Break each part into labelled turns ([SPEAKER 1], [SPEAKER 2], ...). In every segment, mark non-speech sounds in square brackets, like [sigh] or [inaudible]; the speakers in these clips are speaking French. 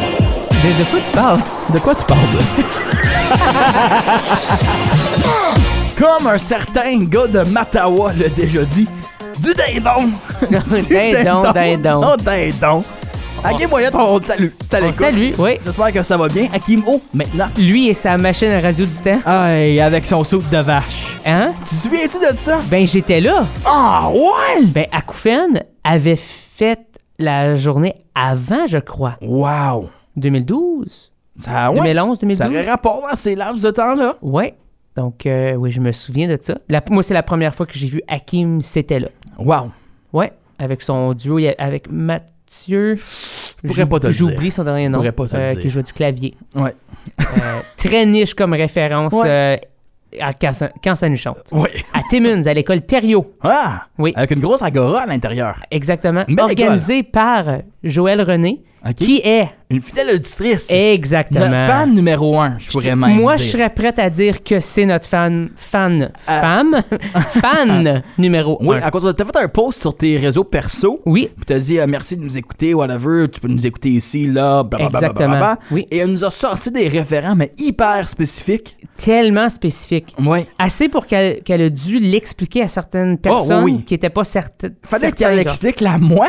[SPEAKER 1] De, de quoi tu parles?
[SPEAKER 2] De quoi tu parles? Comme un certain gars de Matawa l'a déjà dit, du dindon! Du
[SPEAKER 1] Dindon, dindon.
[SPEAKER 2] Non, dindon. Hakim Moyette, on te salue. Si t'as
[SPEAKER 1] On
[SPEAKER 2] l'écoute.
[SPEAKER 1] salue, oui.
[SPEAKER 2] J'espère que ça va bien. Hakim O, maintenant.
[SPEAKER 1] Lui et sa machine à radio du temps.
[SPEAKER 2] Aïe, avec son saut de vache.
[SPEAKER 1] Hein?
[SPEAKER 2] Tu te souviens-tu de ça?
[SPEAKER 1] Ben, j'étais là.
[SPEAKER 2] Ah, ouais!
[SPEAKER 1] Ben, Akoufen avait fait la journée avant, je crois.
[SPEAKER 2] Wow!
[SPEAKER 1] 2012.
[SPEAKER 2] Ça, ouais,
[SPEAKER 1] 2011,
[SPEAKER 2] Ça
[SPEAKER 1] 2012.
[SPEAKER 2] aurait rapport à ces laps de temps-là.
[SPEAKER 1] Ouais. Donc, euh, oui, je me souviens de ça. La- moi, c'est la première fois que j'ai vu Hakim, c'était là.
[SPEAKER 2] Wow!
[SPEAKER 1] Ouais, avec son duo il y a- avec Mathieu.
[SPEAKER 2] pourrais pas te le
[SPEAKER 1] J'oublie son dernier nom.
[SPEAKER 2] pourrais pas te le
[SPEAKER 1] euh,
[SPEAKER 2] dire.
[SPEAKER 1] Qui joue du clavier.
[SPEAKER 2] Ouais.
[SPEAKER 1] Euh, très niche comme référence euh, à quand, ça, quand ça nous chante.
[SPEAKER 2] Oui.
[SPEAKER 1] À Timmins, à l'école Thériault.
[SPEAKER 2] Ah!
[SPEAKER 1] Oui.
[SPEAKER 2] Avec une grosse agora à l'intérieur.
[SPEAKER 1] Exactement.
[SPEAKER 2] Une belle
[SPEAKER 1] Organisé par Joël René,
[SPEAKER 2] OK.
[SPEAKER 1] qui est
[SPEAKER 2] Une fidèle auditrice.
[SPEAKER 1] exactement.
[SPEAKER 2] Notre fan numéro un, je pourrais même
[SPEAKER 1] Moi,
[SPEAKER 2] dire. Euh.
[SPEAKER 1] je serais prête à dire que c'est notre fan, fan,
[SPEAKER 2] [laughs]
[SPEAKER 1] femme, fan numéro
[SPEAKER 2] Oui, ah.
[SPEAKER 1] un.
[SPEAKER 2] à cause de... T'as fait un post sur tes réseaux perso.
[SPEAKER 1] Oui,
[SPEAKER 2] Puis t'as dit euh, merci de nous écouter, whatever, tu peux nous écouter ici, là, blablabla.
[SPEAKER 1] Exactement,
[SPEAKER 2] blablabla.
[SPEAKER 1] oui.
[SPEAKER 2] Et elle nous a sorti des référents, mais hyper spécifiques.
[SPEAKER 1] tellement spécifique.
[SPEAKER 2] Oui.
[SPEAKER 1] Assez pour qu'elle qu'elle a dû l'expliquer à certaines personnes
[SPEAKER 2] Oh, oui.
[SPEAKER 1] qui n'étaient pas certaines.
[SPEAKER 2] Fallait qu'elle
[SPEAKER 1] hein.
[SPEAKER 2] l'explique là, moi,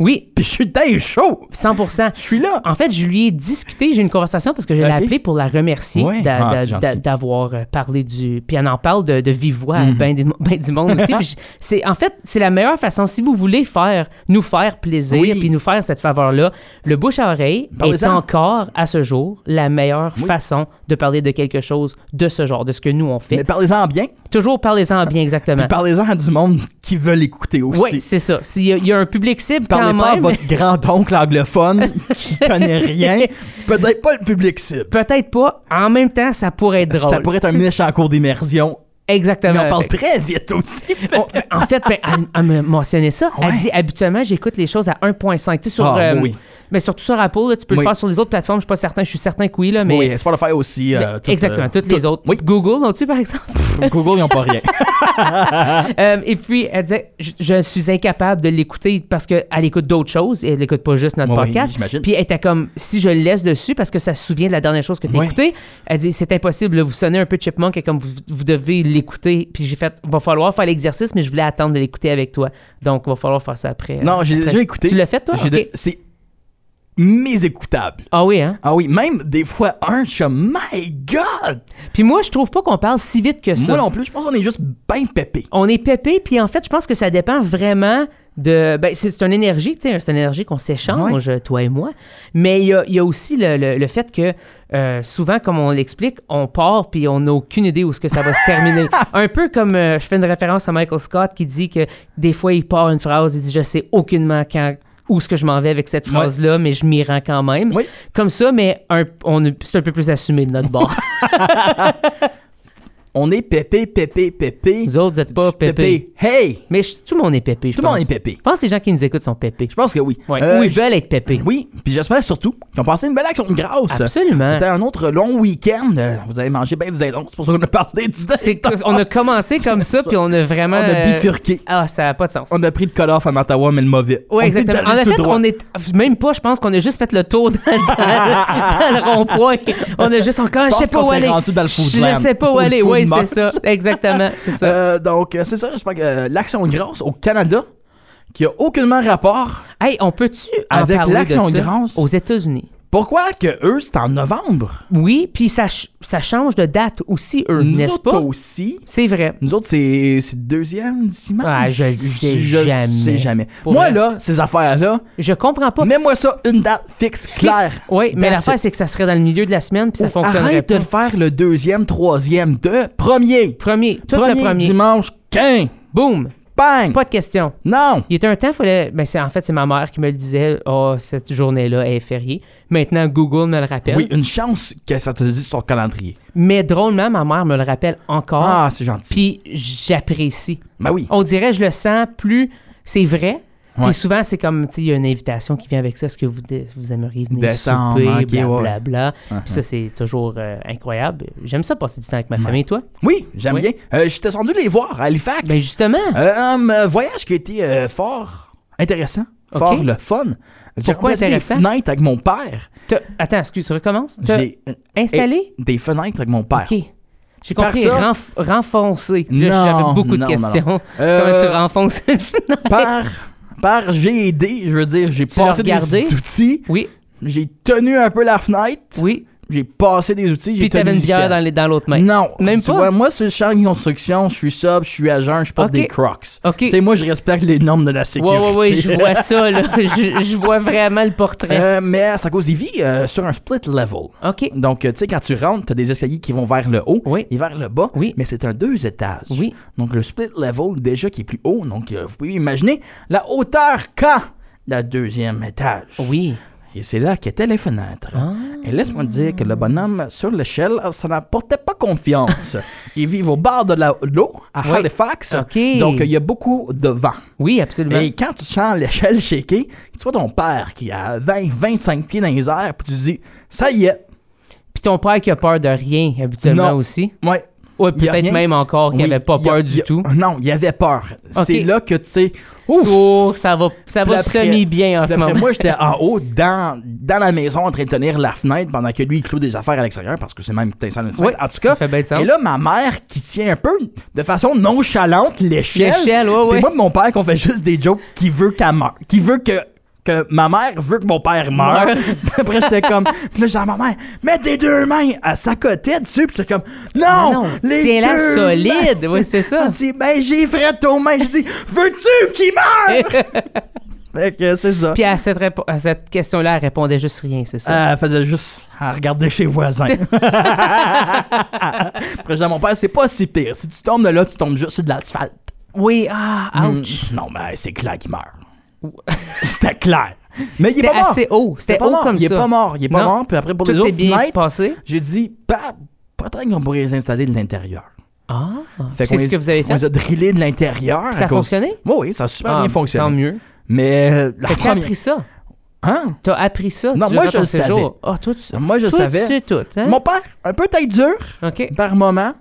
[SPEAKER 1] Oui,
[SPEAKER 2] puis je suis dingue chaud.
[SPEAKER 1] 100
[SPEAKER 2] Je suis là.
[SPEAKER 1] En fait, je lui ai discuté, j'ai eu une conversation parce que je l'ai
[SPEAKER 2] Ok.
[SPEAKER 1] appelée pour la remercier
[SPEAKER 2] Ouais.
[SPEAKER 1] d'a-
[SPEAKER 2] Ah,
[SPEAKER 1] d'a-
[SPEAKER 2] c'est gentil.
[SPEAKER 1] d'a- d'avoir euh, parlé du. Puis elle en parle de, de vive voix à
[SPEAKER 2] Mm-hmm.
[SPEAKER 1] ben, des- ben du monde aussi. Puis je- c'est, en fait, c'est la meilleure façon. Si vous voulez faire, nous faire plaisir
[SPEAKER 2] Oui.
[SPEAKER 1] puis nous faire cette faveur-là, le bouche à oreille est
[SPEAKER 2] Parlez-en.
[SPEAKER 1] encore, à ce jour, la meilleure façon de parler de quelque chose de ce genre, de ce que nous on fait.
[SPEAKER 2] Mais parlez-en bien,
[SPEAKER 1] Toujours parlez-en bien, exactement.
[SPEAKER 2] puis parlez-en à du monde qui veut l'écouter aussi.
[SPEAKER 1] Oui, c'est ça. S'il y, a- il y a un public cible
[SPEAKER 2] Parlez
[SPEAKER 1] quand
[SPEAKER 2] pas à
[SPEAKER 1] même.
[SPEAKER 2] votre grand-oncle anglophone
[SPEAKER 1] [laughs]
[SPEAKER 2] qui connaît rien. Peut-être pas le public cible.
[SPEAKER 1] Peut-être pas. En même temps, ça pourrait être drôle.
[SPEAKER 2] Ça pourrait être un méchant en cours d'immersion.
[SPEAKER 1] Exactement.
[SPEAKER 2] Mais on parle
[SPEAKER 1] Fait-
[SPEAKER 2] très vite aussi. [laughs]
[SPEAKER 1] on- en fait, ben, elle, elle me mentionnait ça. Elle
[SPEAKER 2] Ouais.
[SPEAKER 1] dit habituellement, j'écoute les choses à 1.5. Tu sais, [laughs] sur,
[SPEAKER 2] Ah,
[SPEAKER 1] euh,
[SPEAKER 2] oui.
[SPEAKER 1] mais surtout sur Apple, là, tu peux
[SPEAKER 2] Oui.
[SPEAKER 1] le faire sur les autres plateformes. Je suis pas certain. Je suis certain que oui, là, mais.
[SPEAKER 2] Oui, Spotify aussi. euh, tout, euh,
[SPEAKER 1] Exactement, toutes les autres.
[SPEAKER 2] Oui.
[SPEAKER 1] Google, non-tu, par exemple?
[SPEAKER 2] [laughs] Google, ils n'ont
[SPEAKER 1] [laughs]
[SPEAKER 2] pas rien.
[SPEAKER 1] Euh, et puis, elle disait, je, je suis incapable de l'écouter parce qu'elle écoute d'autres choses. Et elle n'écoute pas juste notre
[SPEAKER 2] Oui,
[SPEAKER 1] podcast.
[SPEAKER 2] j'imagine.
[SPEAKER 1] puis, elle était comme, si je le laisse dessus parce que ça se souvient de la dernière chose que tu as
[SPEAKER 2] Oui.
[SPEAKER 1] écoutée, elle dit, c'est impossible. là, vous sonnez un peu Chipmunk et comme vous, vous devez l'écouter. Puis, j'ai fait, va falloir faire l'exercice, mais je voulais attendre de l'écouter avec toi. Donc, va falloir faire ça après.
[SPEAKER 2] Non,
[SPEAKER 1] euh,
[SPEAKER 2] j'ai
[SPEAKER 1] après.
[SPEAKER 2] déjà écouté.
[SPEAKER 1] Tu l'as fait, toi?
[SPEAKER 2] J'ai
[SPEAKER 1] Ok.
[SPEAKER 2] de- C'est mésécoutable.
[SPEAKER 1] Ah oui, hein?
[SPEAKER 2] Ah oui, même des fois un, je suis comme, My God!
[SPEAKER 1] Puis, moi, je trouve pas qu'on parle si vite que ça.
[SPEAKER 2] Moi non plus, je pense qu'on est juste bien pépé.
[SPEAKER 1] on est pépé, puis en fait, je pense que ça dépend vraiment de. Ben, c'est c'est une énergie, tu sais, c'est une énergie qu'on s'échange, toi et moi. Mais il y a, il y a aussi le, le- le fait que euh, souvent, comme on l'explique, on part puis on n'a aucune idée où ce que ça va se terminer.
[SPEAKER 2] [laughs]
[SPEAKER 1] Un peu comme euh, je fais une référence à Michael Scott qui dit que des fois, il part une phrase, il dit je sais aucunement quand où ce que je m'en vais avec cette phrase-là, mais je m'y rends quand même.
[SPEAKER 2] Oui.
[SPEAKER 1] Comme ça, mais un- on, c'est un peu plus assumé de notre
[SPEAKER 2] [laughs]
[SPEAKER 1] bord.
[SPEAKER 2] On est pépé, pépé, pépé.
[SPEAKER 1] Vous autres, vous êtes pas
[SPEAKER 2] Du
[SPEAKER 1] pépé.
[SPEAKER 2] Hey!
[SPEAKER 1] Mais je- tout le monde est pépé, je
[SPEAKER 2] Tout le monde
[SPEAKER 1] pense.
[SPEAKER 2] est pépé.
[SPEAKER 1] Je pense que les gens qui nous écoutent sont pépés.
[SPEAKER 2] Je pense que oui.
[SPEAKER 1] Ouais. ben-
[SPEAKER 2] Euh,
[SPEAKER 1] Ou ils
[SPEAKER 2] je-
[SPEAKER 1] veulent être pépés.
[SPEAKER 2] Oui, puis j'espère surtout qu'on passait une belle action de grâce.
[SPEAKER 1] Absolument.
[SPEAKER 2] C'était un autre long week-end. Euh, Vous avez mangé bien du dindon, c'est pour ça qu'on a parlé du
[SPEAKER 1] C'est-
[SPEAKER 2] dindon.
[SPEAKER 1] on a commencé comme ça,
[SPEAKER 2] ça.
[SPEAKER 1] puis on a vraiment.
[SPEAKER 2] On a
[SPEAKER 1] euh,
[SPEAKER 2] bifurqué.
[SPEAKER 1] Ah, ça n'a pas de sens.
[SPEAKER 2] On a pris le call-off à Matawa, mais le mauvais.
[SPEAKER 1] Oui, exactement.
[SPEAKER 2] On
[SPEAKER 1] En
[SPEAKER 2] est allé tout
[SPEAKER 1] fait,
[SPEAKER 2] droit.
[SPEAKER 1] on est. Même pas, je pense qu'on a juste fait le [laughs] tour dans, dans- dans le rond-point. On a juste encore. Je
[SPEAKER 2] pense
[SPEAKER 1] sais pas
[SPEAKER 2] qu'on
[SPEAKER 1] où
[SPEAKER 2] est
[SPEAKER 1] aller.
[SPEAKER 2] rendu dans le food
[SPEAKER 1] Je
[SPEAKER 2] land.
[SPEAKER 1] sais pas où
[SPEAKER 2] Ou le
[SPEAKER 1] aller.
[SPEAKER 2] food
[SPEAKER 1] Oui,
[SPEAKER 2] mart.
[SPEAKER 1] c'est ça. Exactement. C'est ça.
[SPEAKER 2] Euh, donc, euh, c'est ça, j'espère que euh, l'action de grâce au Canada, qui a aucunement rapport,
[SPEAKER 1] Hey, on peut-tu. en
[SPEAKER 2] avec
[SPEAKER 1] parler
[SPEAKER 2] l'Action
[SPEAKER 1] de
[SPEAKER 2] de
[SPEAKER 1] ça
[SPEAKER 2] grâce.
[SPEAKER 1] Aux États-Unis.
[SPEAKER 2] pourquoi que eux, c'est en novembre?
[SPEAKER 1] Oui, puis ça, ch- ça change de date aussi, eux,
[SPEAKER 2] Nous
[SPEAKER 1] n'est-ce
[SPEAKER 2] autres
[SPEAKER 1] pas?
[SPEAKER 2] aussi.
[SPEAKER 1] C'est vrai.
[SPEAKER 2] Nous autres, c'est c'est le deuxième dimanche.
[SPEAKER 1] Ah, je le sais jamais.
[SPEAKER 2] sais jamais.
[SPEAKER 1] Pour
[SPEAKER 2] Moi,
[SPEAKER 1] vrai.
[SPEAKER 2] là, ces affaires-là,
[SPEAKER 1] Je comprends pas.
[SPEAKER 2] mets-moi ça une date fixe, claire.
[SPEAKER 1] Oui, mais
[SPEAKER 2] That's
[SPEAKER 1] l'affaire,
[SPEAKER 2] it. Oh,
[SPEAKER 1] c'est que ça serait dans le milieu de la semaine, puis ça fonctionnerait
[SPEAKER 2] Arrête
[SPEAKER 1] pas.
[SPEAKER 2] de faire le deuxième, troisième, de premier.
[SPEAKER 1] Premier, tout
[SPEAKER 2] premier
[SPEAKER 1] le premier.
[SPEAKER 2] dimanche, quin,
[SPEAKER 1] Boum!
[SPEAKER 2] bang.
[SPEAKER 1] Pas de question.
[SPEAKER 2] Non.
[SPEAKER 1] Il y a un temps, fallait. Ben, c'est, en fait, c'est ma mère qui me le disait. Oh, cette journée-là elle est fériée. Maintenant, Google me le rappelle.
[SPEAKER 2] Oui, une chance que ça te dise sur le calendrier.
[SPEAKER 1] Mais drôlement, ma mère me le rappelle encore.
[SPEAKER 2] Ah, c'est gentil.
[SPEAKER 1] Puis Oh. j'apprécie.
[SPEAKER 2] Ben oui.
[SPEAKER 1] On dirait, je le sens plus. C'est vrai.
[SPEAKER 2] Ouais.
[SPEAKER 1] Puis souvent, c'est comme, tu sais, il y a une invitation qui vient avec ça. Est-ce que vous, vous aimeriez venir
[SPEAKER 2] Descendre,
[SPEAKER 1] souper,
[SPEAKER 2] ok,
[SPEAKER 1] blablabla.
[SPEAKER 2] Uh-huh.
[SPEAKER 1] Puis ça, c'est toujours euh, incroyable. J'aime ça passer du temps avec ma famille, toi.
[SPEAKER 2] Oui, j'aime
[SPEAKER 1] Oui.
[SPEAKER 2] bien. Euh, je suis descendu les voir à Halifax.
[SPEAKER 1] Ben justement.
[SPEAKER 2] Euh, euh, voyage qui a été euh, fort intéressant. fort
[SPEAKER 1] Ok.
[SPEAKER 2] le fun. J'ai
[SPEAKER 1] Pourquoi
[SPEAKER 2] organisé
[SPEAKER 1] intéressant?
[SPEAKER 2] des fenêtres avec mon père.
[SPEAKER 1] T'as- Attends, excuse, recommence. T'as
[SPEAKER 2] J'ai euh,
[SPEAKER 1] installé?
[SPEAKER 2] des fenêtres avec mon père.
[SPEAKER 1] OK. J'ai compris,
[SPEAKER 2] Par ça-
[SPEAKER 1] renf- renfoncer.
[SPEAKER 2] Non,
[SPEAKER 1] Là, j'avais beaucoup
[SPEAKER 2] non,
[SPEAKER 1] de
[SPEAKER 2] non, non.
[SPEAKER 1] questions. Comment
[SPEAKER 2] Euh,
[SPEAKER 1] tu renfonces [laughs] une fenêtre?
[SPEAKER 2] par, par j'ai aidé, je veux dire, j'ai
[SPEAKER 1] l'as
[SPEAKER 2] passé
[SPEAKER 1] regardé?
[SPEAKER 2] des outils,
[SPEAKER 1] Oui,
[SPEAKER 2] j'ai tenu un peu la fenêtre,
[SPEAKER 1] oui.
[SPEAKER 2] j'ai passé des outils, j'ai
[SPEAKER 1] Puis
[SPEAKER 2] tenu
[SPEAKER 1] t'avais une
[SPEAKER 2] le
[SPEAKER 1] bière
[SPEAKER 2] ciel.
[SPEAKER 1] dans les- dans l'autre main.
[SPEAKER 2] Non,
[SPEAKER 1] Même
[SPEAKER 2] tu
[SPEAKER 1] pas?
[SPEAKER 2] vois, moi, sur le champ de construction, je suis sobre, je suis à jeun, je porte
[SPEAKER 1] Ok.
[SPEAKER 2] des crocs.
[SPEAKER 1] OK.
[SPEAKER 2] Tu sais, moi, je respecte les normes de la
[SPEAKER 1] Oui,
[SPEAKER 2] sécurité.
[SPEAKER 1] oui, oui, je vois ça, là. je, je vois vraiment le portrait.
[SPEAKER 2] [laughs] Euh, mais ça cause, il vit euh, sur un split level.
[SPEAKER 1] OK.
[SPEAKER 2] Donc, euh, tu sais, quand tu rentres, tu as des escaliers qui vont vers le haut
[SPEAKER 1] Oui.
[SPEAKER 2] et vers le bas,
[SPEAKER 1] Oui.
[SPEAKER 2] mais c'est un deux étages.
[SPEAKER 1] Oui.
[SPEAKER 2] Donc, le split level, déjà, qui est plus haut. Donc, euh, vous pouvez imaginer la hauteur quand la deuxième étage.
[SPEAKER 1] Oui. Ah.
[SPEAKER 2] Et c'est là qu'étaient les fenêtres. Et laisse-moi te dire que le bonhomme sur l'échelle, ça n'apportait pas
[SPEAKER 1] [laughs]
[SPEAKER 2] confiance. il vit au bord de la- l'eau, à
[SPEAKER 1] Oui.
[SPEAKER 2] Halifax.
[SPEAKER 1] OK.
[SPEAKER 2] Donc, il y a beaucoup de vent.
[SPEAKER 1] Oui, absolument.
[SPEAKER 2] Et quand tu sens l'échelle shaker, tu vois ton père qui a 20, 25 pieds dans les airs, puis tu te dis, ça y est,
[SPEAKER 1] Puis ton père qui a peur de rien, habituellement
[SPEAKER 2] Non.
[SPEAKER 1] aussi.
[SPEAKER 2] ouais.
[SPEAKER 1] Ouais,
[SPEAKER 2] Il y a
[SPEAKER 1] peut-être
[SPEAKER 2] rien.
[SPEAKER 1] même encore qu'il
[SPEAKER 2] Oui,
[SPEAKER 1] n'avait pas
[SPEAKER 2] il y a-
[SPEAKER 1] peur du
[SPEAKER 2] il y a-
[SPEAKER 1] tout.
[SPEAKER 2] Non, il avait peur. C'est là que tu sais, ouf,
[SPEAKER 1] Oh, ça va, ça
[SPEAKER 2] Puis
[SPEAKER 1] va
[SPEAKER 2] après-
[SPEAKER 1] semi-bien en ce
[SPEAKER 2] D'après
[SPEAKER 1] moment.
[SPEAKER 2] moi, j'étais en haut, dans, dans la maison, en train de tenir la fenêtre pendant que lui, il cloue des affaires à l'extérieur parce que c'est même putain, ça une fenêtre.
[SPEAKER 1] Oui,
[SPEAKER 2] en tout cas,
[SPEAKER 1] ça fait bien de sens.
[SPEAKER 2] et là, ma mère qui tient un peu de façon nonchalante l'échelle.
[SPEAKER 1] L'échelle, ouais,
[SPEAKER 2] Puis
[SPEAKER 1] ouais.
[SPEAKER 2] moi, et mon père, qu'on fait juste des jokes qui veut qu'elle meure. Qui veut que. Que ma mère veut que mon père meure.
[SPEAKER 1] Meure.
[SPEAKER 2] Puis [laughs] Après, j'étais comme. Puis là, j'ai dit à ma mère, mets tes deux mains. Elle s'accotait dessus. Puis j'étais comme,
[SPEAKER 1] Mais
[SPEAKER 2] non!
[SPEAKER 1] non,
[SPEAKER 2] les
[SPEAKER 1] tiens-la
[SPEAKER 2] deux
[SPEAKER 1] solide.
[SPEAKER 2] mains.
[SPEAKER 1] Oui, c'est ça.
[SPEAKER 2] Elle dit, ben, j'ai frette aux mains. Je dis, veux-tu qu'il
[SPEAKER 1] [laughs]
[SPEAKER 2] meure? fait que c'est ça.
[SPEAKER 1] Puis à cette, répo- à cette question-là, elle répondait juste rien, c'est ça?
[SPEAKER 2] Euh, elle faisait juste à regarder chez
[SPEAKER 1] [laughs]
[SPEAKER 2] les voisins. Après, j'ai dit à mon père, c'est pas si pire. Si tu tombes de là, tu tombes juste sur de l'asphalte.
[SPEAKER 1] Oui, ah, ouch.
[SPEAKER 2] Mm, Non, mais c'est clair qu'il meurt. [laughs] C'était clair. Mais il est
[SPEAKER 1] C'était
[SPEAKER 2] pas mort.
[SPEAKER 1] assez haut.
[SPEAKER 2] Il est
[SPEAKER 1] C'était
[SPEAKER 2] pas
[SPEAKER 1] haut
[SPEAKER 2] mort.
[SPEAKER 1] comme
[SPEAKER 2] Il est
[SPEAKER 1] ça.
[SPEAKER 2] pas mort. Il est pas
[SPEAKER 1] Non.
[SPEAKER 2] mort. Puis après, pour les
[SPEAKER 1] Tout s'est
[SPEAKER 2] autres
[SPEAKER 1] bien
[SPEAKER 2] fenêtres,
[SPEAKER 1] passé.
[SPEAKER 2] j'ai dit, bah, peut-être qu'on pourrait les installer de l'intérieur.
[SPEAKER 1] Ah,
[SPEAKER 2] Fait
[SPEAKER 1] c'est
[SPEAKER 2] qu'on
[SPEAKER 1] ce
[SPEAKER 2] les-
[SPEAKER 1] que vous avez
[SPEAKER 2] On
[SPEAKER 1] fait?
[SPEAKER 2] les a drillés de l'intérieur.
[SPEAKER 1] Ça
[SPEAKER 2] à
[SPEAKER 1] a
[SPEAKER 2] cause-
[SPEAKER 1] fonctionné?
[SPEAKER 2] Oui, oui, ça a super
[SPEAKER 1] Ah,
[SPEAKER 2] bien fonctionné.
[SPEAKER 1] Tant mieux.
[SPEAKER 2] Mais euh, la
[SPEAKER 1] Fait que T'as
[SPEAKER 2] première.
[SPEAKER 1] appris ça.
[SPEAKER 2] Hein?
[SPEAKER 1] T'as appris ça
[SPEAKER 2] Non,
[SPEAKER 1] durant
[SPEAKER 2] moi, je
[SPEAKER 1] ton
[SPEAKER 2] le
[SPEAKER 1] séjour.
[SPEAKER 2] savais.
[SPEAKER 1] Ah, toi, tu,
[SPEAKER 2] Moi, je
[SPEAKER 1] toi,
[SPEAKER 2] savais.
[SPEAKER 1] tu sais tout, hein?
[SPEAKER 2] Mon père, un peu tête dure.
[SPEAKER 1] OK.
[SPEAKER 2] par moment.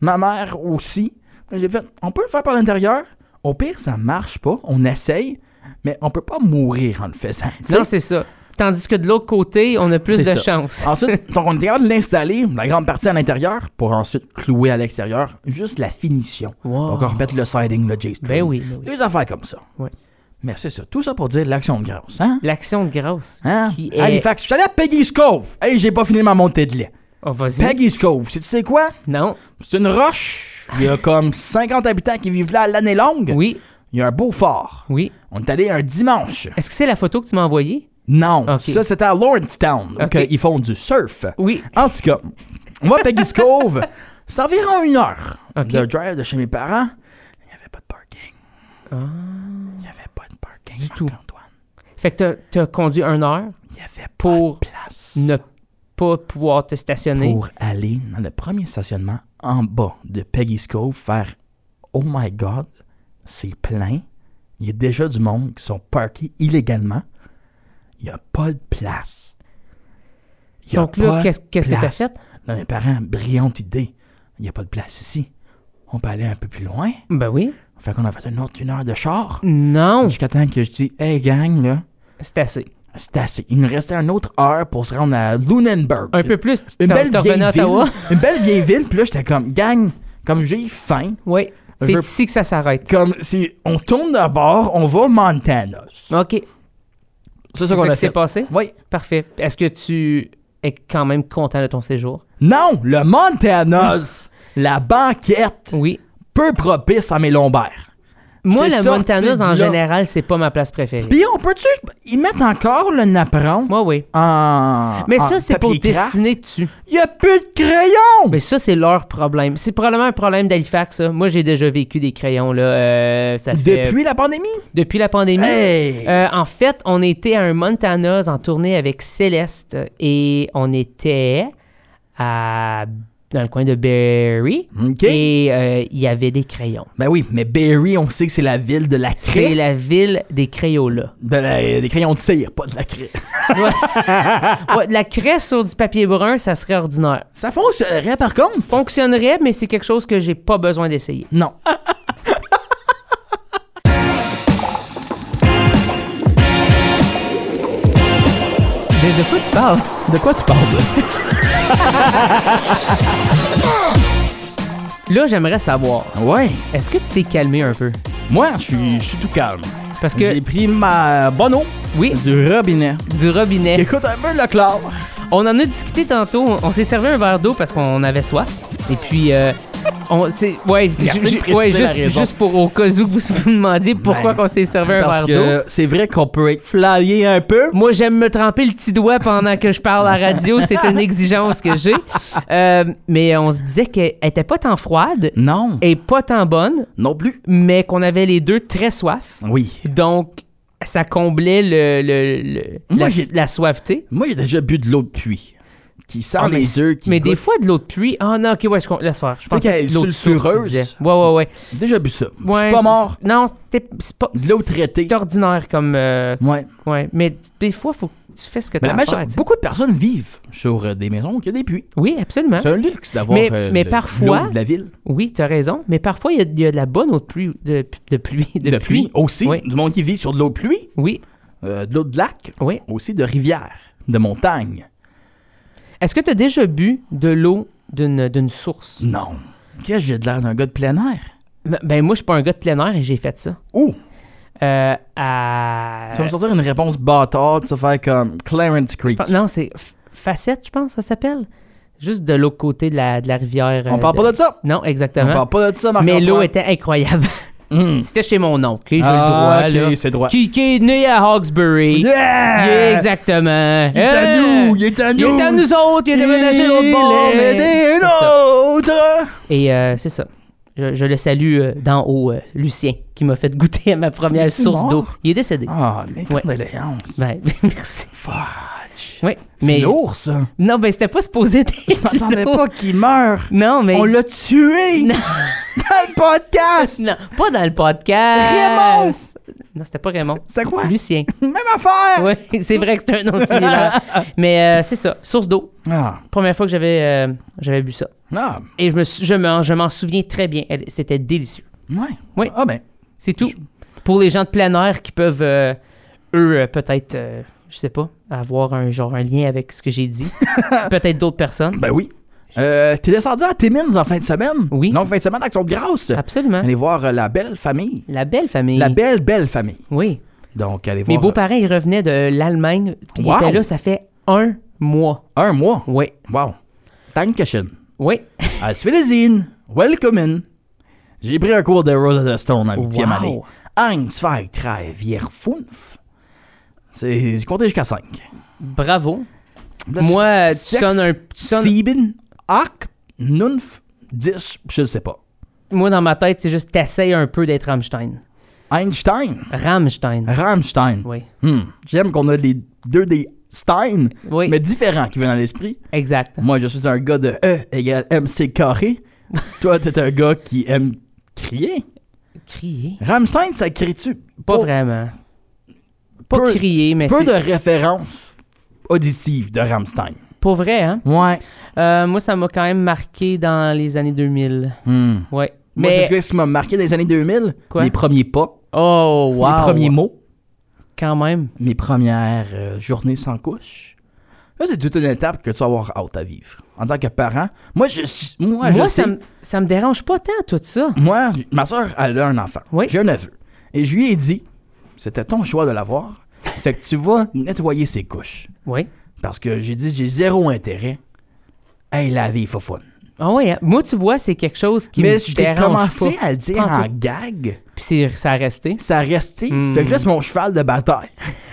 [SPEAKER 2] Ma mère aussi. J'ai fait, on peut le faire par l'intérieur. Au pire, ça marche pas. On essaye, mais on peut pas mourir en le faisant. tu sais.
[SPEAKER 1] Non, c'est ça. Tandis que de l'autre côté, on a plus de
[SPEAKER 2] C'est ça. Ah.
[SPEAKER 1] chance.
[SPEAKER 2] Ensuite,
[SPEAKER 1] [laughs]
[SPEAKER 2] donc on est capable de l'installer, la grande partie à l'intérieur, pour ensuite clouer à l'extérieur juste la finition.
[SPEAKER 1] Wow.
[SPEAKER 2] Donc, on remettre le siding, le J-string.
[SPEAKER 1] Ben oui, ben oui.
[SPEAKER 2] Deux affaires comme ça.
[SPEAKER 1] Ouais.
[SPEAKER 2] Mais c'est ça. Tout ça pour dire l'action de grâce, hein?
[SPEAKER 1] L'action de grâce.
[SPEAKER 2] Hein?
[SPEAKER 1] Qui est...
[SPEAKER 2] Halifax. Je suis allé à Peggy's Cove. Hey, j'ai pas fini ma montée de lait.
[SPEAKER 1] Oh, vas-y.
[SPEAKER 2] Peggy's Cove, sais-tu c'est quoi?
[SPEAKER 1] Non.
[SPEAKER 2] C'est une roche. Il y a comme 50 habitants qui vivent là à l'année longue.
[SPEAKER 1] Oui,
[SPEAKER 2] Il y a un beau fort.
[SPEAKER 1] oui.
[SPEAKER 2] On est allé un dimanche.
[SPEAKER 1] Est-ce que c'est la photo que tu m'as envoyée?
[SPEAKER 2] Non,
[SPEAKER 1] Ok.
[SPEAKER 2] ça c'était à Lawrencetown. Donc
[SPEAKER 1] Ok.
[SPEAKER 2] euh, ils font du surf.
[SPEAKER 1] Oui.
[SPEAKER 2] En tout cas, moi,
[SPEAKER 1] [laughs]
[SPEAKER 2] Peggy's Cove, c'est environ une heure
[SPEAKER 1] Ok.
[SPEAKER 2] de drive de chez mes parents. Il n'y avait pas de parking.
[SPEAKER 1] Ah.
[SPEAKER 2] Il n'y avait pas de parking. Du tout. Antoine.
[SPEAKER 1] Fait que t'as- t'as conduit une heure
[SPEAKER 2] Il n'y avait pas
[SPEAKER 1] Pour
[SPEAKER 2] de place
[SPEAKER 1] ne pas pouvoir te stationner.
[SPEAKER 2] pour aller dans le premier stationnement en bas de Peggy's Cove faire Oh my God, c'est plein. Il y a déjà du monde qui sont parkés illégalement. Il n'y a pas de place. Il y a
[SPEAKER 1] Donc là,
[SPEAKER 2] pas
[SPEAKER 1] qu'est-ce
[SPEAKER 2] de
[SPEAKER 1] qu'est-ce que t'as
[SPEAKER 2] place.
[SPEAKER 1] fait?
[SPEAKER 2] Là, mes parents, brillante idée. Il n'y a pas de place ici. On peut aller un peu plus loin.
[SPEAKER 1] Ben oui.
[SPEAKER 2] Fait qu'on a fait une autre une heure de char.
[SPEAKER 1] Non,
[SPEAKER 2] Jusqu'à temps que je dis Hey gang, là,
[SPEAKER 1] c'est assez.
[SPEAKER 2] c'est assez. Il nous restait une autre heure pour se rendre à Lunenburg.
[SPEAKER 1] Un peu plus, tu
[SPEAKER 2] Une
[SPEAKER 1] t'en-
[SPEAKER 2] belle
[SPEAKER 1] t'en
[SPEAKER 2] vieille
[SPEAKER 1] revenais à Ottawa.
[SPEAKER 2] ville. [laughs] Une belle vieille ville. Puis là, j'étais comme, gang, comme j'ai faim.
[SPEAKER 1] Oui.
[SPEAKER 2] Je
[SPEAKER 1] C'est
[SPEAKER 2] veux-
[SPEAKER 1] ici que ça s'arrête.
[SPEAKER 2] Comme si on tourne d'abord, on va au Montana.
[SPEAKER 1] OK.
[SPEAKER 2] C'est
[SPEAKER 1] C'est
[SPEAKER 2] ça qu'on
[SPEAKER 1] ça
[SPEAKER 2] a
[SPEAKER 1] qui s'est
[SPEAKER 2] fait.
[SPEAKER 1] passé?
[SPEAKER 2] Oui.
[SPEAKER 1] Parfait. Est-ce que tu es quand même content de ton séjour?
[SPEAKER 2] Non, le
[SPEAKER 1] [laughs]
[SPEAKER 2] Montanos, la banquette,
[SPEAKER 1] Oui.
[SPEAKER 2] peu propice à mes lombaires.
[SPEAKER 1] Moi,
[SPEAKER 2] T'es
[SPEAKER 1] la
[SPEAKER 2] sorti
[SPEAKER 1] Montanos,
[SPEAKER 2] de
[SPEAKER 1] en
[SPEAKER 2] là.
[SPEAKER 1] général, c'est pas ma place préférée.
[SPEAKER 2] Puis on peut-tu y mettre encore le napperon
[SPEAKER 1] Moi, oui.
[SPEAKER 2] en.
[SPEAKER 1] Mais
[SPEAKER 2] en
[SPEAKER 1] ça, c'est pour
[SPEAKER 2] Ah, papier craft?
[SPEAKER 1] dessiner dessus.
[SPEAKER 2] Il n'y a plus de crayons!
[SPEAKER 1] Mais ça, c'est leur problème. C'est probablement un problème d'Halifax, ça. Moi, j'ai déjà vécu des crayons, là. euh, ça fait...
[SPEAKER 2] Depuis la pandémie?
[SPEAKER 1] Depuis la pandémie.
[SPEAKER 2] Hey!
[SPEAKER 1] Euh, en fait, on était à un Montanas en tournée avec Céleste et on était à... dans le coin de Berry.
[SPEAKER 2] OK.
[SPEAKER 1] Et euh, il y avait des crayons.
[SPEAKER 2] Ben oui, mais Barry, on sait que c'est la ville de la
[SPEAKER 1] C'est
[SPEAKER 2] craie.
[SPEAKER 1] la ville des [laughs] crayolas.
[SPEAKER 2] De la- des crayons de cire, pas de la craie.
[SPEAKER 1] Ouais, de la craie sur du papier brun, ça serait ordinaire.
[SPEAKER 2] Ça fonctionnerait par contre.
[SPEAKER 1] Fonctionnerait, mais c'est quelque chose que j'ai pas besoin d'essayer.
[SPEAKER 2] Non.
[SPEAKER 1] De, de quoi tu parles?
[SPEAKER 2] De quoi tu parles? là?
[SPEAKER 1] Là, j'aimerais savoir,
[SPEAKER 2] [laughs] Ouais.
[SPEAKER 1] est-ce que tu t'es calmé un peu?
[SPEAKER 2] Moi, je suis je suis tout calme.
[SPEAKER 1] Parce
[SPEAKER 2] J'ai
[SPEAKER 1] que,
[SPEAKER 2] pris ma bonne eau
[SPEAKER 1] oui,
[SPEAKER 2] du robinet.
[SPEAKER 1] du robinet.
[SPEAKER 2] Écoute un peu le chlore.
[SPEAKER 1] On en a discuté tantôt. On s'est servi un verre d'eau parce qu'on avait soif. Et puis, euh, on s'est. Ouais,
[SPEAKER 2] Merci
[SPEAKER 1] ju-
[SPEAKER 2] de
[SPEAKER 1] ju-
[SPEAKER 2] préciser
[SPEAKER 1] ouais,
[SPEAKER 2] la
[SPEAKER 1] juste,
[SPEAKER 2] raison.
[SPEAKER 1] juste pour au cas où vous vous demandiez pourquoi
[SPEAKER 2] Ben,
[SPEAKER 1] qu'on s'est servi un verre
[SPEAKER 2] Parce
[SPEAKER 1] d'eau.
[SPEAKER 2] que c'est vrai qu'on peut être flyé un peu.
[SPEAKER 1] Moi, j'aime me tremper le petit doigt pendant que je parle à la radio. C'est une exigence que j'ai. Euh, mais on se disait qu'elle était pas tant froide
[SPEAKER 2] Non,
[SPEAKER 1] et pas tant bonne,
[SPEAKER 2] non plus.
[SPEAKER 1] mais qu'on avait les deux très soif.
[SPEAKER 2] Oui.
[SPEAKER 1] Donc, ça comblait le, le- le-
[SPEAKER 2] Moi,
[SPEAKER 1] la,
[SPEAKER 2] j'ai-
[SPEAKER 1] la soifté.
[SPEAKER 2] Moi, j'ai déjà bu de l'eau de puits qui sent
[SPEAKER 1] Ah, mais-
[SPEAKER 2] les œufs, qui
[SPEAKER 1] mais des
[SPEAKER 2] goûte.
[SPEAKER 1] fois, de l'eau de pluie. Ah non, ok, ouais, je com- laisse faire. Je pense
[SPEAKER 2] qu'elle est
[SPEAKER 1] que l'eau de source, tu
[SPEAKER 2] sulfureuse.
[SPEAKER 1] disais. Ouais, ouais, ouais.
[SPEAKER 2] Déjà bu ça. Je
[SPEAKER 1] Ouais,
[SPEAKER 2] suis pas mort.
[SPEAKER 1] c'est- Non, c'est c'est pas.
[SPEAKER 2] De l'eau
[SPEAKER 1] c'est-
[SPEAKER 2] traitée.
[SPEAKER 1] C'est ordinaire comme. euh,
[SPEAKER 2] Ouais.
[SPEAKER 1] ouais. Mais des fois, faut que tu fasses ce que tu
[SPEAKER 2] Mais la
[SPEAKER 1] as à
[SPEAKER 2] major-
[SPEAKER 1] faire. tu sais.
[SPEAKER 2] beaucoup de personnes vivent sur euh, des maisons qui ont des puits.
[SPEAKER 1] Oui, absolument.
[SPEAKER 2] C'est un luxe d'avoir
[SPEAKER 1] Hein? Mais-
[SPEAKER 2] euh,
[SPEAKER 1] mais
[SPEAKER 2] le-
[SPEAKER 1] parfois-
[SPEAKER 2] l'eau de la ville.
[SPEAKER 1] Oui, tu as raison. Mais parfois, il y a- il y, a de la bonne eau de pluie. De, de pluie. De,
[SPEAKER 2] De pluie aussi.
[SPEAKER 1] Oui.
[SPEAKER 2] Du monde qui vit sur de l'eau de pluie,
[SPEAKER 1] Oui,
[SPEAKER 2] euh, de l'eau de lac,
[SPEAKER 1] oui.
[SPEAKER 2] aussi de rivière, de montagne.
[SPEAKER 1] Est-ce que tu as déjà bu de l'eau d'une d'une source?
[SPEAKER 2] Non. Qu'est-ce que j'ai de l'air d'un gars de plein air?
[SPEAKER 1] Ben, Ben, moi, je suis pas un gars de plein air et j'ai fait ça.
[SPEAKER 2] Ouh!
[SPEAKER 1] Euh, à.
[SPEAKER 2] Ça va me sortir une réponse bâtarde, ça faire comme Clarence Creek.
[SPEAKER 1] Fa- Non, c'est F- Facette, je pense, ça s'appelle. Juste de l'autre côté de la, de la rivière.
[SPEAKER 2] On parle pas de ça!
[SPEAKER 1] Non,
[SPEAKER 2] On
[SPEAKER 1] exactement.
[SPEAKER 2] parle pas de ça, marc
[SPEAKER 1] Mais l'eau était incroyable. [laughs] C'était chez mon oncle, j'ai
[SPEAKER 2] Hmm. Ah,
[SPEAKER 1] le droit,
[SPEAKER 2] ok,
[SPEAKER 1] là.
[SPEAKER 2] c'est droit.
[SPEAKER 1] Qui, qui est né à Hawkesbury.
[SPEAKER 2] Yeah!
[SPEAKER 1] Yeah, exactement.
[SPEAKER 2] Il est à
[SPEAKER 1] Hey!
[SPEAKER 2] nous! Il est à
[SPEAKER 1] Il
[SPEAKER 2] nous!
[SPEAKER 1] est à nous autres, il est déménagé de l'autre bord. mais-
[SPEAKER 2] des
[SPEAKER 1] C'est ça.
[SPEAKER 2] nôtres!
[SPEAKER 1] Et euh, c'est ça. Je, je le salue euh, d'en haut, euh, Lucien, qui m'a fait goûter à ma première
[SPEAKER 2] Est-il
[SPEAKER 1] source
[SPEAKER 2] mort?
[SPEAKER 1] d'eau. Il est décédé.
[SPEAKER 2] Ah, mais
[SPEAKER 1] Ouais. [laughs]
[SPEAKER 2] condoléances.
[SPEAKER 1] Ben, merci.
[SPEAKER 2] Fudge.
[SPEAKER 1] Oui,
[SPEAKER 2] C'est
[SPEAKER 1] mais
[SPEAKER 2] lourd, ça.
[SPEAKER 1] non, ben c'était pas supposé être
[SPEAKER 2] Je
[SPEAKER 1] [laughs]
[SPEAKER 2] m'attendais
[SPEAKER 1] lourd.
[SPEAKER 2] pas qu'il meure.
[SPEAKER 1] Non, mais
[SPEAKER 2] On l'a tué!
[SPEAKER 1] [laughs] Non.
[SPEAKER 2] Dans le podcast!
[SPEAKER 1] non, pas dans le podcast.
[SPEAKER 2] Raymond!
[SPEAKER 1] Non, c'était pas Raymond.
[SPEAKER 2] C'est quoi?
[SPEAKER 1] Lucien.
[SPEAKER 2] Même [laughs] affaire!
[SPEAKER 1] Oui, c'est vrai que c'était un nom similaire. Mais euh, c'est ça, source d'eau.
[SPEAKER 2] Ah,
[SPEAKER 1] Première fois que j'avais euh, j'avais bu ça.
[SPEAKER 2] ah,
[SPEAKER 1] Et je me suis- je m'en je m'en souviens très bien. Elle- C'était délicieux.
[SPEAKER 2] ouais.
[SPEAKER 1] Oui.
[SPEAKER 2] Ah, ben,
[SPEAKER 1] C'est tout. Pour les gens de plein air qui peuvent, euh, eux, euh, peut-être, euh, je sais pas, avoir un genre un lien avec ce que j'ai
[SPEAKER 2] [laughs]
[SPEAKER 1] dit. peut-être d'autres personnes.
[SPEAKER 2] ben oui. Euh, T'es descendu à Timmins en fin de semaine?
[SPEAKER 1] Oui.
[SPEAKER 2] Non, fin de semaine, Action de grâce.
[SPEAKER 1] Absolument.
[SPEAKER 2] Allez voir euh, la belle famille.
[SPEAKER 1] La belle famille.
[SPEAKER 2] La belle, belle famille.
[SPEAKER 1] Oui.
[SPEAKER 2] Donc, allez
[SPEAKER 1] Mes
[SPEAKER 2] voir. euh,
[SPEAKER 1] beaux-parents, ils revenaient de l'Allemagne. Puis
[SPEAKER 2] Wow.
[SPEAKER 1] Ils étaient là, ça fait un mois.
[SPEAKER 2] euh, Un mois.
[SPEAKER 1] Oui.
[SPEAKER 2] Wow. Dankeschön.
[SPEAKER 1] Oui.
[SPEAKER 2] Als Wiedersehen. Welcome in. J'ai pris un cours de Rosetta Stone en huitième
[SPEAKER 1] Wow.
[SPEAKER 2] année. Eins, zwei, drei, vier, fünf. C'est j'ai compté jusqu'à 5.
[SPEAKER 1] Bravo. Moi, euh, tu sonnes un. tu sonnes-
[SPEAKER 2] Sieben, acht, neuf, dix, je sais pas.
[SPEAKER 1] Moi, dans ma tête, c'est juste t'essayes un peu d'être Rammstein.
[SPEAKER 2] Einstein.
[SPEAKER 1] Rammstein.
[SPEAKER 2] Rammstein.
[SPEAKER 1] Oui.
[SPEAKER 2] Hmm. J'aime qu'on a les deux des Stein,
[SPEAKER 1] Oui.
[SPEAKER 2] mais différents qui viennent à l'esprit.
[SPEAKER 1] Exact.
[SPEAKER 2] Moi, je suis un gars de E égale MC carré. Toi, t'es un gars qui aime crier.
[SPEAKER 1] Crier.
[SPEAKER 2] Rammstein, ça crie-tu?
[SPEAKER 1] Pas
[SPEAKER 2] Pour-
[SPEAKER 1] vraiment. Pas
[SPEAKER 2] Peu-
[SPEAKER 1] crier, mais
[SPEAKER 2] Peu
[SPEAKER 1] c'est.
[SPEAKER 2] de références auditives de Rammstein.
[SPEAKER 1] Pas vrai, hein?
[SPEAKER 2] Ouais.
[SPEAKER 1] Euh, moi, ça m'a quand même marqué dans les années 2000. Ouais.
[SPEAKER 2] Hmm. Moi,
[SPEAKER 1] Mais.
[SPEAKER 2] c'est ce qui m'a marqué dans les années 2000.
[SPEAKER 1] Quoi?
[SPEAKER 2] Mes premiers pas,
[SPEAKER 1] oh, wow.
[SPEAKER 2] mes premiers mots,
[SPEAKER 1] Quand même.
[SPEAKER 2] mes premières euh, journées sans couche. Là, c'est toute une étape que tu vas avoir hâte à vivre. En tant que parent, moi, je, suis-
[SPEAKER 1] moi,
[SPEAKER 2] moi, je sais...
[SPEAKER 1] ça, me- ça me dérange pas tant, tout ça.
[SPEAKER 2] Moi, ma soeur, elle a un enfant.
[SPEAKER 1] Oui.
[SPEAKER 2] J'ai un neveu. Et je lui ai dit, c'était ton choix
[SPEAKER 1] [laughs]
[SPEAKER 2] de l'avoir. fait que tu vas nettoyer ses couches.
[SPEAKER 1] Oui.
[SPEAKER 2] Parce que j'ai dit, j'ai zéro intérêt à y laver les faufounes.
[SPEAKER 1] Ah ouais, hein? moi, tu vois, c'est quelque chose qui
[SPEAKER 2] Mais
[SPEAKER 1] me
[SPEAKER 2] je t'ai
[SPEAKER 1] dérange
[SPEAKER 2] commencé
[SPEAKER 1] pas.
[SPEAKER 2] à le dire
[SPEAKER 1] Pas en
[SPEAKER 2] en
[SPEAKER 1] tout.
[SPEAKER 2] gag.
[SPEAKER 1] Puis c'est- ça a resté.
[SPEAKER 2] Ça a resté.
[SPEAKER 1] Hmm.
[SPEAKER 2] Fait que là, c'est mon cheval de
[SPEAKER 1] [laughs]
[SPEAKER 2] bataille.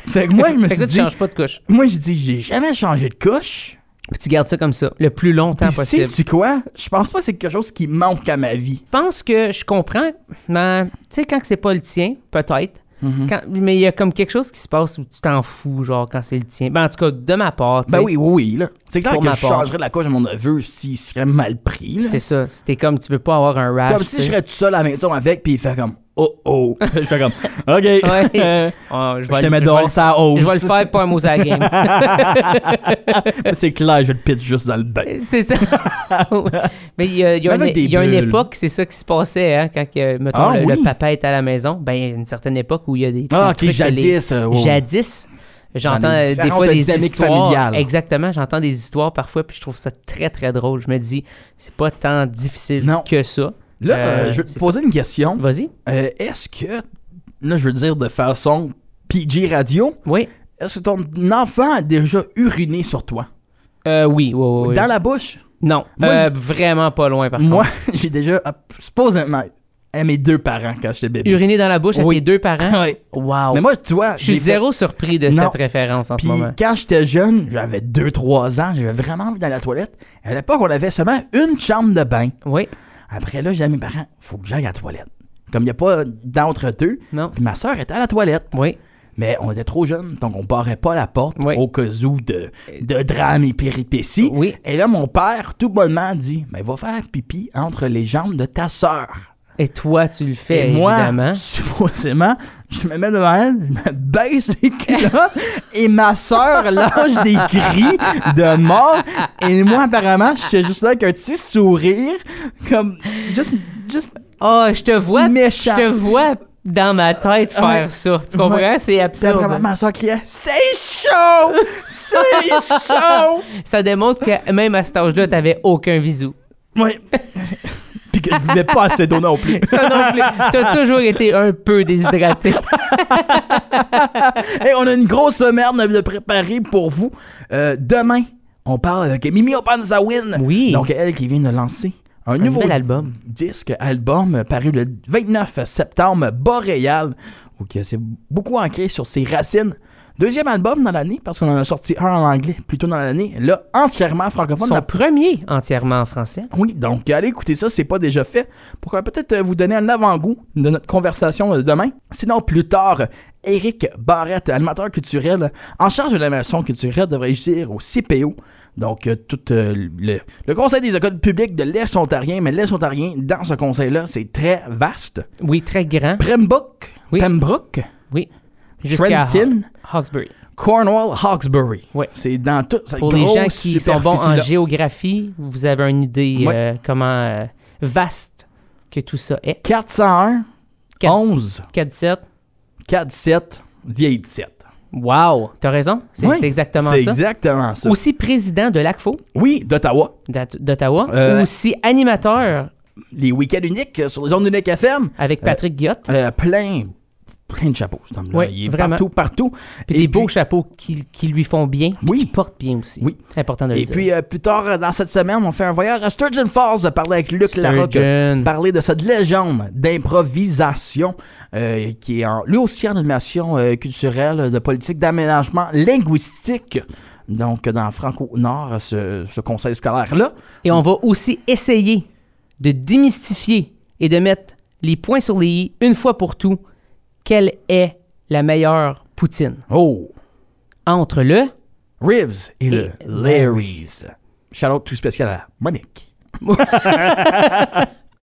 [SPEAKER 2] fait que moi, je me
[SPEAKER 1] Fait que
[SPEAKER 2] suis
[SPEAKER 1] là, tu
[SPEAKER 2] dit,
[SPEAKER 1] changes pas de couche.
[SPEAKER 2] moi, j'ai dit, j'ai jamais changé de couche.
[SPEAKER 1] Puis tu gardes ça comme ça, le plus longtemps
[SPEAKER 2] Puis
[SPEAKER 1] possible.
[SPEAKER 2] sais-tu quoi? Je pense pas que c'est quelque chose qui manque à ma vie.
[SPEAKER 1] Je pense que je comprends, mais tu sais, quand que c'est pas le tien, peut-être.
[SPEAKER 2] Mm. Ben
[SPEAKER 1] Quand- Mais il y a comme quelque chose qui se passe où tu t'en fous, genre, quand c'est le tien. Ben, en tout cas, de ma part, tu
[SPEAKER 2] Ben
[SPEAKER 1] sais,
[SPEAKER 2] oui, oui, oui. là. C'est clair
[SPEAKER 1] Pour
[SPEAKER 2] que je
[SPEAKER 1] ma part.
[SPEAKER 2] changerais la couche à mon neveu s'il serait mal pris. là.
[SPEAKER 1] c'est ça. C'était comme, tu veux pas avoir un rash.
[SPEAKER 2] Comme
[SPEAKER 1] tu
[SPEAKER 2] si
[SPEAKER 1] sais.
[SPEAKER 2] je serais tout seul à la maison avec, puis il fait comme oh
[SPEAKER 1] [laughs]
[SPEAKER 2] oh. je fais comme ok. euh,
[SPEAKER 1] Ah,
[SPEAKER 2] [laughs] je,
[SPEAKER 1] vais
[SPEAKER 2] te
[SPEAKER 1] le-
[SPEAKER 2] mets
[SPEAKER 1] vais
[SPEAKER 2] dehors,
[SPEAKER 1] le-
[SPEAKER 2] ça hausse.
[SPEAKER 1] Je vais le faire pas un mot à la
[SPEAKER 2] [laughs]
[SPEAKER 1] game.
[SPEAKER 2] c'est clair, je le pitch juste dans le bain.
[SPEAKER 1] c'est ça. [laughs] Mais il y a, il y a
[SPEAKER 2] Mais
[SPEAKER 1] une-
[SPEAKER 2] avec des
[SPEAKER 1] il y a une
[SPEAKER 2] bulles.
[SPEAKER 1] époque, c'est ça qui se passait, hein, quand, que, mettons,
[SPEAKER 2] Ah,
[SPEAKER 1] le, le
[SPEAKER 2] oui.
[SPEAKER 1] papa est à la maison. Ben, il y a une certaine époque où il y a des.
[SPEAKER 2] Ah
[SPEAKER 1] des trucs
[SPEAKER 2] ok,
[SPEAKER 1] que les-
[SPEAKER 2] jadis. euh, ouais.
[SPEAKER 1] Jadis. J'entends
[SPEAKER 2] les
[SPEAKER 1] euh, des fois
[SPEAKER 2] différentes
[SPEAKER 1] des
[SPEAKER 2] dynamiques
[SPEAKER 1] histoires.
[SPEAKER 2] familiales.
[SPEAKER 1] Exactement, j'entends des histoires parfois, puis je trouve ça très, très drôle. Je me dis, c'est pas tant difficile
[SPEAKER 2] Non.
[SPEAKER 1] que ça.
[SPEAKER 2] Là,
[SPEAKER 1] Euh,
[SPEAKER 2] euh, je vais te
[SPEAKER 1] c'est
[SPEAKER 2] poser une question.
[SPEAKER 1] Vas-y.
[SPEAKER 2] Euh, est-ce que, là, je veux dire de façon PG radio,
[SPEAKER 1] Oui.
[SPEAKER 2] est-ce que ton enfant a déjà uriné sur toi?
[SPEAKER 1] Euh, oui, oui, oui, oui.
[SPEAKER 2] Dans la bouche?
[SPEAKER 1] Non,
[SPEAKER 2] Moi,
[SPEAKER 1] Euh, vraiment pas loin, par
[SPEAKER 2] Moi, [laughs]
[SPEAKER 1] contre.
[SPEAKER 2] j'ai déjà, ah, supposément, à mes deux parents quand j'étais bébé.
[SPEAKER 1] Uriner dans la bouche à
[SPEAKER 2] Oui.
[SPEAKER 1] tes deux
[SPEAKER 2] [laughs]
[SPEAKER 1] parents?
[SPEAKER 2] Ouais.
[SPEAKER 1] Wow.
[SPEAKER 2] Mais moi, tu vois,
[SPEAKER 1] hein? Oh. je suis
[SPEAKER 2] j'ai fait-
[SPEAKER 1] zéro surpris de
[SPEAKER 2] Non.
[SPEAKER 1] cette référence en
[SPEAKER 2] Puis
[SPEAKER 1] ce moment.
[SPEAKER 2] quand j'étais jeune, j'avais 2-3 ans, j'avais vraiment envie d'aller à la toilette. À l'époque, on avait seulement une chambre de bain.
[SPEAKER 1] Oui,
[SPEAKER 2] Après là, j'ai dit à mes parents, faut que j'aille à la toilette. Comme il n'y a pas d'entre-deux.
[SPEAKER 1] non,
[SPEAKER 2] Puis ma soeur était à la toilette.
[SPEAKER 1] oui.
[SPEAKER 2] Mais on était trop jeunes, donc on barrait pas la porte
[SPEAKER 1] Oui.
[SPEAKER 2] au cas où de, de drames et péripéties.
[SPEAKER 1] Oui.
[SPEAKER 2] Et là, mon père, tout bonnement, dit Mais va faire pipi entre les jambes de ta soeur.
[SPEAKER 1] Et toi, tu le
[SPEAKER 2] Et
[SPEAKER 1] fais,
[SPEAKER 2] moi,
[SPEAKER 1] Euh, évidemment.
[SPEAKER 2] supposément, je me mets devant elle, je me baisse
[SPEAKER 1] [laughs]
[SPEAKER 2] les culottes et ma soeur lâche des cris de mort. Et moi, apparemment, j'étais juste là avec un petit sourire, comme juste, juste
[SPEAKER 1] Oh, je te vois,
[SPEAKER 2] Méchant.
[SPEAKER 1] je te vois dans ma tête faire
[SPEAKER 2] Ouais.
[SPEAKER 1] ça. Tu comprends?
[SPEAKER 2] Ouais.
[SPEAKER 1] C'est hein?
[SPEAKER 2] Puis après,
[SPEAKER 1] absurde.
[SPEAKER 2] ma soeur criait C'est chaud C'est chaud
[SPEAKER 1] Ça démontre que même à cet âge-là, t'avais aucun visou.
[SPEAKER 2] Oui. [laughs] Puis que je buvais pas assez d'eau non plus.
[SPEAKER 1] Ça non plus. T'as toujours été un peu déshydraté.
[SPEAKER 2] Et on a une grosse semaine de préparer pour vous. Euh, demain, on parle avec Mimi Opanzawin.
[SPEAKER 1] Oui.
[SPEAKER 2] Donc, elle qui vient de lancer un,
[SPEAKER 1] Un
[SPEAKER 2] nouveau
[SPEAKER 1] nouvel album.
[SPEAKER 2] disque, album euh, paru le 29 septembre, Boréal, où que c'est beaucoup ancré sur ses racines. Deuxième album dans l'année, parce qu'on en a sorti un en anglais plus tôt dans l'année. Là, entièrement francophone.
[SPEAKER 1] Son
[SPEAKER 2] La-
[SPEAKER 1] premier entièrement en français.
[SPEAKER 2] Oui, donc allez écouter ça, c'est pas déjà fait. Pourquoi peut-être euh, vous donner un avant-goût de notre conversation euh, de demain. Sinon, plus tard, euh, Eric Barrette, animateur culturel, euh, en charge de l'animation culturelle, devrais-je dire, au CPO. Donc, euh, tout euh, le, le conseil des écoles publiques de l'Est ontarien, mais l'Est ontarien, dans ce conseil-là, c'est très vaste.
[SPEAKER 1] Oui, très grand.
[SPEAKER 2] Pembroke,
[SPEAKER 1] Oui.
[SPEAKER 2] Pembroke,
[SPEAKER 1] Oui. Jusqu'à
[SPEAKER 2] Trenton,
[SPEAKER 1] Haw- Hawkesbury.
[SPEAKER 2] Cornwall, Hawkesbury.
[SPEAKER 1] Oui.
[SPEAKER 2] C'est dans toute cette
[SPEAKER 1] Pour
[SPEAKER 2] grosse
[SPEAKER 1] les gens qui sont bons en
[SPEAKER 2] superficie-là.
[SPEAKER 1] géographie, vous avez une idée
[SPEAKER 2] Ouais.
[SPEAKER 1] euh, comment euh, vaste que tout ça est.
[SPEAKER 2] 401,
[SPEAKER 1] 4,
[SPEAKER 2] 11,
[SPEAKER 1] 4 7.
[SPEAKER 2] 47, vieille 17.
[SPEAKER 1] Wow, t'as raison. C'est
[SPEAKER 2] Oui,
[SPEAKER 1] exactement ça.
[SPEAKER 2] C'est exactement ça.
[SPEAKER 1] Aussi président de l'ACFO
[SPEAKER 2] Oui, d'Ottawa.
[SPEAKER 1] d'At- d'Ottawa.
[SPEAKER 2] Euh,
[SPEAKER 1] Aussi animateur
[SPEAKER 2] Les week-ends uniques euh, sur les ondes uniques FM.
[SPEAKER 1] avec Patrick Guillotte.
[SPEAKER 2] Euh, plein, plein de chapeaux, cet homme-là.
[SPEAKER 1] Oui,
[SPEAKER 2] Il est
[SPEAKER 1] vraiment.
[SPEAKER 2] partout, partout.
[SPEAKER 1] Puis
[SPEAKER 2] Et
[SPEAKER 1] des beaux chapeaux qui, qui lui font bien, puis
[SPEAKER 2] Oui.
[SPEAKER 1] qui portent bien aussi.
[SPEAKER 2] Oui.
[SPEAKER 1] Important de le
[SPEAKER 2] Et
[SPEAKER 1] dire.
[SPEAKER 2] puis, euh, plus tard euh, dans cette semaine, on fait un voyage à Sturgeon Falls, euh, parler avec Luc Larocque, euh,
[SPEAKER 1] Sturgeon.
[SPEAKER 2] parler de cette légende d'improvisation euh, qui est en- lui aussi en animation euh, culturelle, euh, de politique d'aménagement linguistique. Donc, euh, dans Franco-Nord, euh, ce, ce conseil scolaire-là.
[SPEAKER 1] Et on va aussi essayer de démystifier et de mettre les points sur les i une fois pour tout. Quelle est la meilleure poutine
[SPEAKER 2] Oh!
[SPEAKER 1] entre le
[SPEAKER 2] Reeves et, le
[SPEAKER 1] Larry's.
[SPEAKER 2] Larry's. Shout out tout spécial à Monique.